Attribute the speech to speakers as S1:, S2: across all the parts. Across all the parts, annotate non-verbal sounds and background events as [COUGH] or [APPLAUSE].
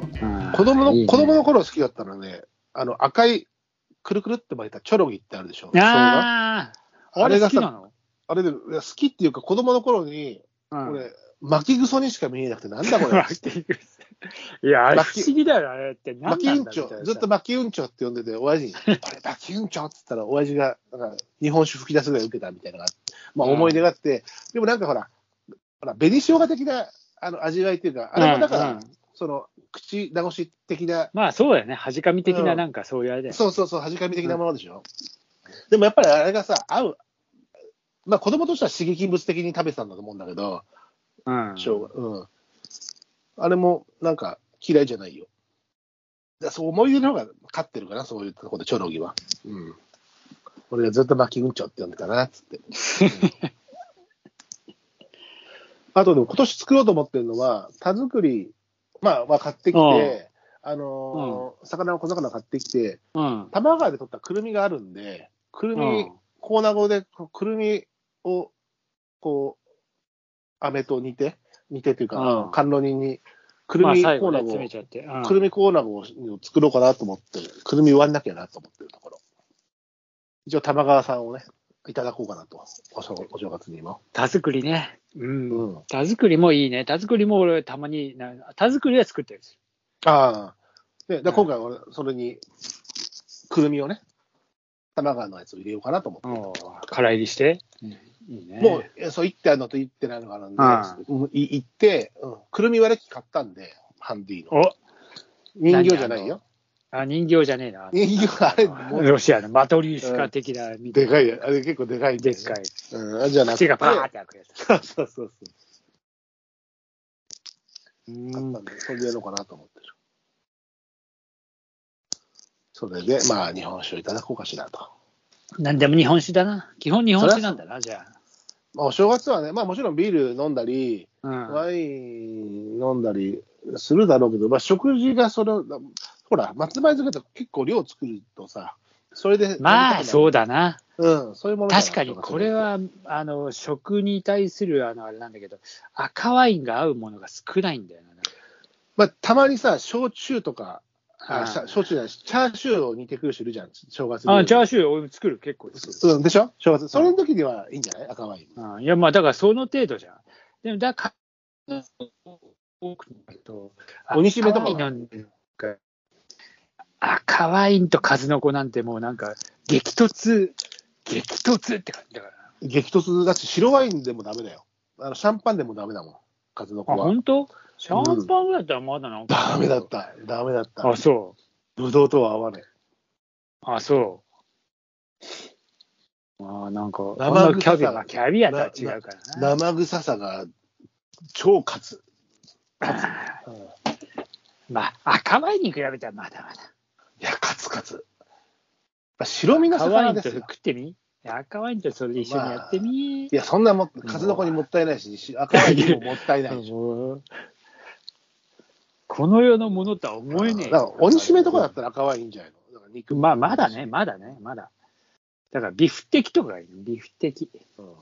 S1: の、
S2: いいね
S1: 子供の頃好きだったのはね、あの、赤い、くるくるって巻いたチョロギってあるでしょ。生姜
S2: ああ、あれ好きなの
S1: あれで、いや好きっていうか、子供の頃に、こ
S2: うん
S1: れ、巻きぐそにしか見えなくて、なんだこ
S2: [LAUGHS]
S1: れ。
S2: 巻きぐいや、あれ
S1: 巻き
S2: 不思議だよ、あれっ
S1: [LAUGHS]
S2: て。
S1: 巻
S2: 何
S1: き
S2: な
S1: うん
S2: んだ
S1: ちょ
S2: みたい、な
S1: ずっと巻きうんちょって呼んでて、親
S2: [LAUGHS]
S1: 父に、これ巻きうんちょって言ったら、親父が、なんか、日本酒吹き出すぐらい受けたみたいなのがあって、まあ
S2: うん
S1: 思い出があって、でもなんかほら、ほら、紅生姜的な、あの、味わいっていうか、あれもだから、
S2: うんうん
S1: その、口直し的な、
S2: まあそうだよね、はじかみ的
S1: う
S2: なんなんかそういうあれだよね。
S1: そうそうそう、恥じかみ的なものでしょ。でもやっぱりあれがさ、合う、まあ子供としては刺激物的に食べてたんだと思うんだけど、
S2: うん
S1: 生姜、うん。あれもなんか嫌いじゃないよ。だそう思い出の方が勝ってるかな、そういうところで、チョロギは。うん。俺がずっと巻きうんちょって呼んでたな、つって。うんあとでも今年作ろうと思ってるのは、田作り、まあ、まあ買ってきて、あのー魚を小魚買ってきて、
S2: うん。
S1: 多摩川で取ったくるみがあるんで、くるみ、
S2: うん
S1: コーナー語でこうくるみを、こう、飴と煮て、煮てというか、
S2: うん
S1: あの甘露煮に、くる
S2: まあ
S1: みコ
S2: 最
S1: ー
S2: 後
S1: ナ
S2: ね
S1: ー
S2: 詰め
S1: を、
S2: ちゃって。うん
S1: くるみコーナーを作ろうかなと思って、くるみ割んなきゃなと思ってるところ。一応、玉川さんをね、いただこうかなと、お正お正月にも。
S2: 田作りね。う。
S1: うんん。
S2: 田作りもいいね。田作りも俺たまにな、田作りは作ってるんですよ。
S1: ああ。で、だから今回俺、それに、くるみをね、玉川のやつを入れようかなと思って。
S2: おー空入りして。いいね。
S1: もう、えそう、行ってあるのと行ってないのがあるんで、
S2: う
S1: うんい行って、うんくるみ割れ器買ったんで、ハンディの。
S2: お
S1: 人形じゃないよ。
S2: あ、人形じゃねえな。
S1: 人形、あれ、もう、
S2: ロシアのマトリューシカ的な、みた
S1: で
S2: いな
S1: かい、あれ結構でかいんだよ
S2: でっ
S1: ね
S2: かい。
S1: うん、じゃなくて。
S2: 口がパーって開くやつ。
S1: そうそうそう。買っ
S2: うん
S1: たんで、それでやろうかなと思ってる。それで、まあ、日本酒をいただこうかしらと。
S2: なんでも日本酒だな。基本日本酒なんだな、じゃ
S1: まあ、お正月はね、まあ、もちろんビール飲んだり、
S2: あ。うん。
S1: ワイン飲んだりするだろうけど、まあ、食事がそれを、ほら、松前漬けって結構量作るとさ、それで。。
S2: まあ、そううだな。
S1: うん、そういうものだな
S2: 確かにこれ。はあの食に対するあのあれなんだけど赤ワインが合うものが少ないんだよな。
S1: まあ、たまにさ、焼酎とか、
S2: う
S1: あ
S2: ん
S1: しゃ焼酎じゃない、チャーシューを煮てくる人いるじゃん、正月に。
S2: あチャー
S1: シ
S2: シュー俺作る結構作る。
S1: ュー。うん、でしょ正月。それの時にはいいんじゃない赤ワイン。
S2: うん、いやまあだからその程度じゃん。でもだから多くなると
S1: お煮しめとかは
S2: 赤ワイン飲んでるから赤ワインと数の子なんてもうなんか激突激突って感じだから。
S1: 激突だし、白ワインでもダメだよ。あのシャンパンでもダメだもん、数の子
S2: あ
S1: は。
S2: 本当シャンパンぐらいだったらまだなんか。
S1: ダメだっ。た、ダメだった。
S2: あそう。
S1: ブドウとは合わない。
S2: あ、そう。あーなんか、
S1: 生
S2: あんまキャ
S1: 臭
S2: ビ
S1: さ
S2: ア、まあキャビアとは違うからな。
S1: 生臭さが超勝つ。
S2: あーまあ、赤ワインに比べたらまだまだ。
S1: いや、カツカツ。白身の
S2: 赤ワイ
S1: 魚
S2: ン
S1: で
S2: と
S1: すよ。
S2: 食ってみ赤ワインとそれで一緒にやってみ、
S1: いや、そんなもん、数の子にもったいないし、し赤ワインにももったいない
S2: [LAUGHS]
S1: し。
S2: もうこの世のものとは思えねえよ。
S1: だから、鬼しめとかだったら赤ワインいいんじゃないのだから肉
S2: まあ、まだね、。まだね、まだ。だから、ビフテキとかがいいのビフテキ。
S1: うん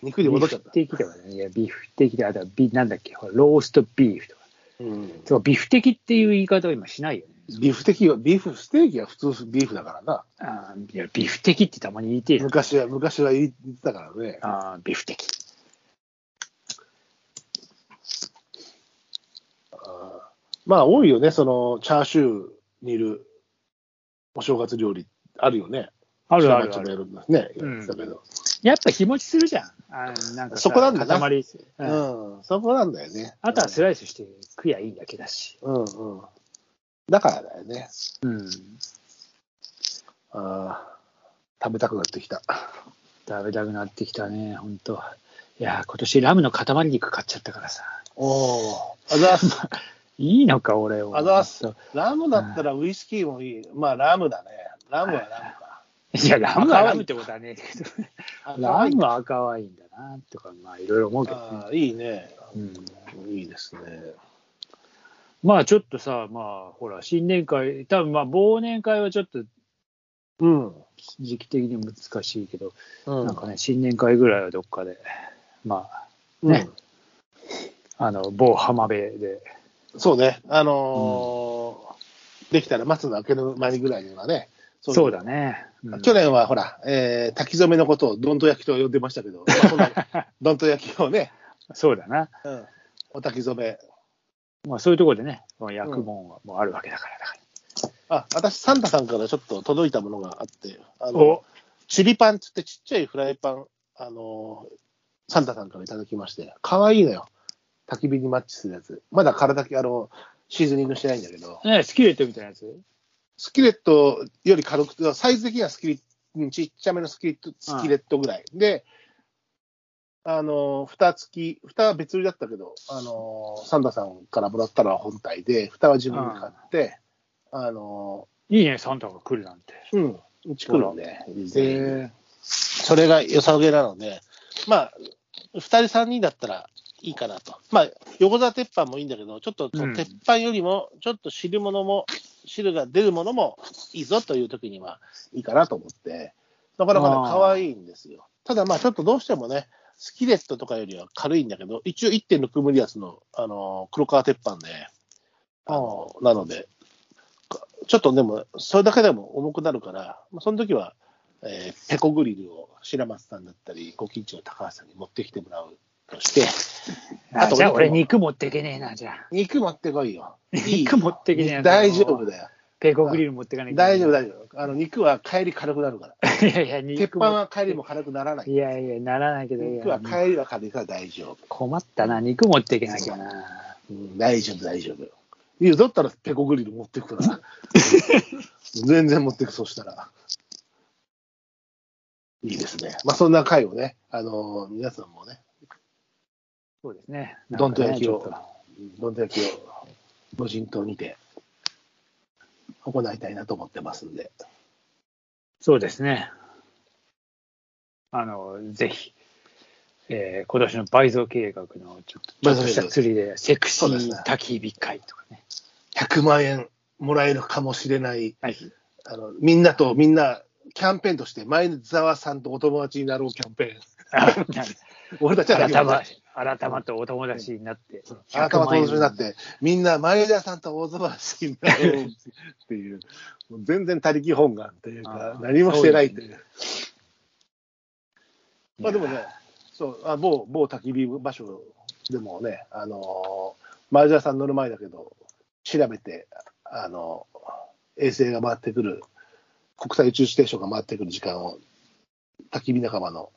S1: 肉に戻っちゃった。
S2: ビフテキとかね。いや、ビフテキで、あとはビ、なんだっけ、ほらローストビーフとか。
S1: うん
S2: そう、ビフテキっていう言い方を今しないよね。
S1: ビーフ的は、ビーフステーキは普通ビーフだからな。
S2: あーいやビフテキってたまに言いてえな
S1: 昔は、昔は言ってたからね。
S2: あービフテキ。
S1: まあ、多いよね、その、チャーシュー煮るお正月料理、あるよね。
S2: あ
S1: あ
S2: るあるある。
S1: るんですね。
S2: うん
S1: やってたけど
S2: やっぱ日持ちするじゃん。あーなんかさ
S1: そこなんだな
S2: 塊、うん
S1: うん、そこなんだよね。
S2: あとはスライスして食やいいだけだし。
S1: うんうん。だからだよね。
S2: うん。
S1: あー食べたくなってきた。
S2: 食べたくなってきたね、本当いやー、今年ラムの塊肉買っちゃったからさ。
S1: おお。あざーす。 [LAUGHS]
S2: いいのか、俺を。
S1: あざーす。ラムだったらウイスキーもいい。まあ、ラムだね。ラムはラムか。
S2: いや、ラムは
S1: 赤ワイン
S2: ラムってことはねえけ
S1: あ
S2: ど。ラムは赤ワインだな、とか、まあ、いろいろ思うけどね
S1: あ。ーいいね。
S2: うん
S1: いいですね。
S2: まあちょっとさ、まあほら、新年会、多分まあ忘年会はちょっと
S1: うん。
S2: 時期的に難しいけど、
S1: う
S2: なんかね、新年会ぐらいはどっかで、まあ、
S1: ね
S2: ね。あの、某浜辺で、
S1: そうね。あのーできたら松の明けの前ぐらいにはね、
S2: そう
S1: そう
S2: だね。うん
S1: 去年はほら、えー炊き初めのことをどんと焼きと呼んでましたけど、まあそん [LAUGHS] などんと焼きをね、
S2: そうだな。
S1: うんお炊き初め。
S2: まあ、そういうところでね、もう焼くもんはもうあるわけだからだか
S1: あ、私、サンタさんからちょっと届いたものがあって、あ
S2: ら。
S1: の
S2: お
S1: チリパンっつってちっちゃいフライパン、あのサンタさんからいただきまして、可愛いのよ。焚き火にマッチするやつ。まだ体き、あの、シーズニングしてないんだけど、
S2: ねスキレットみたいなやつ
S1: スキレットより軽くて、サイズ的にはスキレットうん、ちっちゃめのスキレットスキレットぐらい。で、あの、蓋付き、蓋は別売りだったけど、あの、サンタさんからもらったのは本体で、蓋は自分で買って、あの、
S2: いいね、サンタが来るなんて。
S1: うん、うち来るんで、全員
S2: へ
S1: それが良さげなので、まあ、2人、3人だったらいいかなと。まあ、横座鉄板もいいんだけど、ちょっと
S2: うん
S1: 鉄板よりも、ちょっと汁物も、汁が出るものもいいぞという時にはいいかなと思って、なかなかね
S2: あ、ー
S1: 可愛いんですよ。ただまあ、ちょっとどうしてもね、スキレットとかよりは軽いんだけど、一応1.6無理圧の、あの、黒革鉄板で、あのなので、かちょっとでも、それだけでも重くなるから、まあその時は、えーペコグリルを白松さんだったり、ご近所の高橋さんに持ってきてもらうとして、あ
S2: あ
S1: と
S2: じゃあ
S1: 俺
S2: 俺
S1: も
S2: 肉持っていけねえな、じゃあ。
S1: 肉持ってこいよ。
S2: 肉持ってきて
S1: いい
S2: や
S1: よ
S2: る
S1: 大丈夫だよ。
S2: ペコグリル持ってかない
S1: 大丈夫、
S2: だ。
S1: 大丈夫。あの肉は帰り軽くなるから。
S2: いやいや、
S1: 鉄
S2: 肉
S1: 板
S2: も。
S1: は帰りも軽くならない。
S2: いやいや、ならないけど、いや
S1: 肉は帰りは軽いから大丈夫。
S2: 困ったな、肉持っていけなきゃな。
S1: うん、大丈夫、大丈夫。いいよ、だったらペコグリル持ってくから。全然持ってく、そしたら。いいですね。まあ、そんな回をね、あのー皆さんもね、
S2: そうですね。
S1: どんと焼き
S2: なん
S1: を
S2: かねちょっ、
S1: どんと焼きを、無人島にて、行いたいなと思ってますんで。
S2: そうですね。あの、ぜひ、えー今年の倍増計画のちょっとちょ
S1: 倍
S2: っ
S1: 増
S2: と
S1: 計画
S2: した釣りで、セクシ
S1: そうです
S2: ー
S1: ね
S2: 焚き火会とかね。
S1: 100万円もらえるかもしれない、
S2: はい。
S1: あの、みんなと、みんな、キャンペーンとして、前澤さんとお友達になろうキャンペ
S2: あ
S1: ーン。俺たちはだ
S2: 改
S1: けどね
S2: ま、改まとお友達になって、
S1: あなたは登場になって、みんな前田さんと大空氏になろうって
S2: [LAUGHS]
S1: いう、もう全然他力本願っていう
S2: あ
S1: か
S2: ー、
S1: 何もしてないっていう。
S2: い
S1: ま
S2: や
S1: あでもね、そうあ某某焚き火場所でもね、あのー前田さん乗る前だけど、調べて、あの衛星が回ってくる、国際宇宙ステーションが回ってくる時間を、焚き火仲間の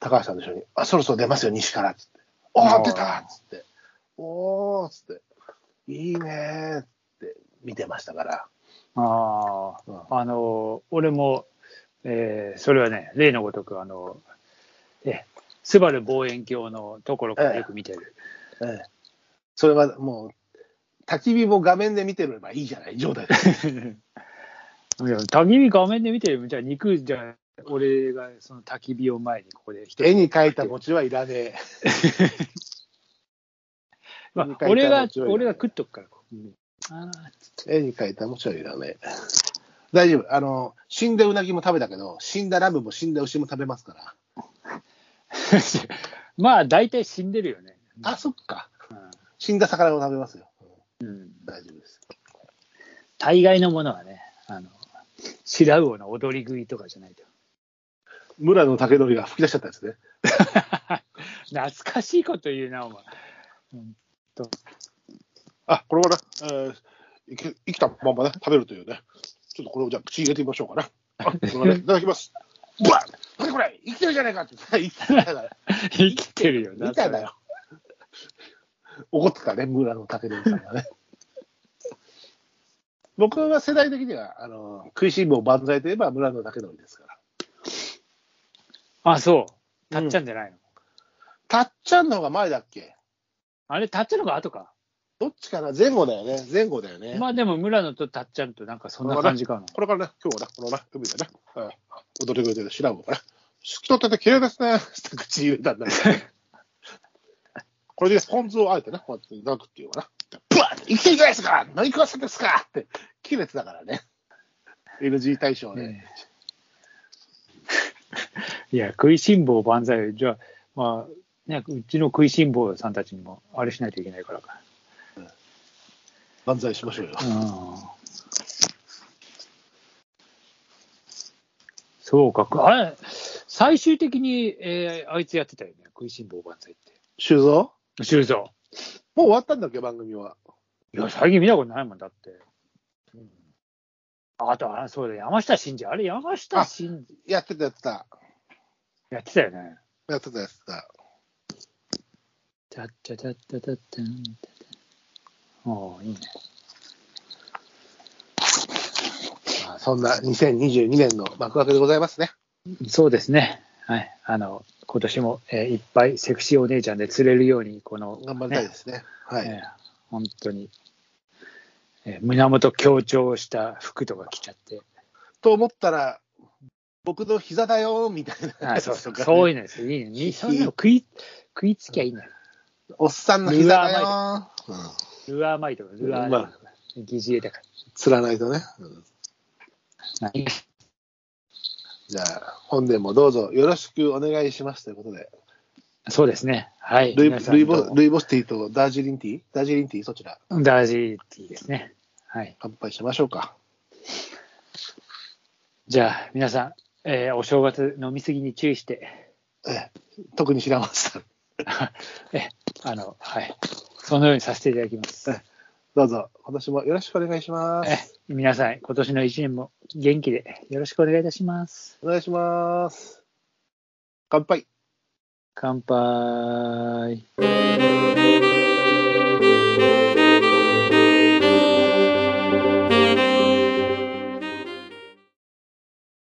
S1: 高橋さんと一緒に、あそろそろ出ますよ、西からっつって、お
S2: お
S1: ー、
S2: ー
S1: 出たっつって、おーっつって。いいねーって見てましたから。
S2: あ
S1: うん
S2: あ、あの、俺も、えーそれはね、例のごとく、あの、え、スバル望遠鏡のところからよく見てる。
S1: ええ、それはもう、焚き火も画面で見てればいいじゃない、状態で。
S2: いや、焚き火画面で見てる。じゃあ、肉、じゃあ、俺がその焚き火を前にここで一人
S1: 絵に描いた餅はいらねえ。
S2: ま
S1: 絵に描い
S2: あ、
S1: た
S2: 俺
S1: 餅
S2: が、
S1: はいらねえ
S2: 俺が食っとくから、こう
S1: うん
S2: あ
S1: 絵に描いた餅はいらねえ。大丈夫。あの、死んだうなぎも食べたけど、死んだラムも死んだ牛も食べますから。
S2: ー [LAUGHS] まあ、大体死んでるよね。
S1: あ、そっか。死んだ魚も食べますよ。
S2: うん、
S1: 大丈夫です。
S2: 大概のものはね、あの、白魚の踊り食いとかじゃないと。
S1: 村の竹鳥が吹き出しちゃったんですね。
S2: 懐かしいこと言うな、お前。
S1: あ、これはね、えー生き生きたまんまね、食べるというね。ちょっとこれをじゃあ口に入れてみましょうか [LAUGHS] ね。あ、これはね、いただきます。うわ何これ生きてるじゃないかって。 [LAUGHS] 生きてるじゃない。
S2: [LAUGHS] 生きてるよな。
S1: 見ただよ。 [LAUGHS] 怒ってたね、村の竹鳥さんが [LAUGHS] ね。僕は世代的には、あの、食いしん坊万歳といえば村の竹鳥ですから。
S2: あ、そう。
S1: う
S2: た
S1: ん
S2: っちゃんじゃないの。
S1: たっちゃんの方が前だっけ
S2: あれ、たっちゃんのが後か。
S1: どっちかな前後だよね。前後だよね。
S2: まあでも、村野とたっちゃんとなんかそんな感じかな。
S1: これからね、今日はね、このね、海でね、はい踊り食いで調べようかな。透き通ってて綺麗ですね。って口に入れ [LAUGHS] たんだけど。これでポン酢をあえてね、こうやっていただくっていうのかな。ブワッ生きていけないですか何食わせてですかって、切れてたからね。NG 大賞で、
S2: ええいや、食いしん坊万歳。じゃあ、まあ、ね、うちの食いしん坊さんたちにも、あれしないといけないからか。
S1: 万歳しましょうよ。
S2: うん。そうか、あれ、最終的に、えーあいつやってたよね、食いしん坊万歳って。
S1: 修造
S2: 修造。
S1: もう終わったんだっけ、番組は。
S2: いや、最近見たことないもんだって。うんあと、あそうだ、山下真司。あれ、山下真司
S1: やってた、やってた。
S2: やってたよね。
S1: やってた、やってた。
S2: たったたったたったんたたおおいいね。
S1: まあ、そんな2022年の幕開けでございますね。
S2: そうですね。はい。あの、今年も、えーいっぱいセクシーお姉ちゃんで釣れるように、この、
S1: 頑張りたいですね。はい。
S2: えー本当に、えー胸元強調した服とか着ちゃって。
S1: と思ったら、僕の膝だよ、みたいな。
S2: あそうそう。そういうのです。いいね。そんなの食い、食いつきゃいいのよ。
S1: おっさんの膝だよ。うん。
S2: ルアーマイとか、ルアー
S1: ま
S2: マイ
S1: あ
S2: とか、疑似絵だか
S1: 釣らないとね。うん
S2: ら。はい
S1: じゃあ、本年もどうぞよろしくお願いしますということで。
S2: そうですね。はい。
S1: ルイ
S2: 皆さん
S1: ルイボ
S2: どう
S1: ルイボスティーとダージリンティーダージリンティーそちら
S2: もダージーティーですね。はい。
S1: 乾杯しましょうか。
S2: じゃあ、皆さん、えーお正月飲みすぎに注意して、
S1: ええ特に知らました。
S2: え、あの、はい。そのようにさせていただきます。
S1: どうぞ、今年もよろしくお願いします。
S2: え、皆さん、今年の一年も元気でよろしくお願いいたします。
S1: お願いします。乾杯。
S2: 乾杯。
S1: 乾杯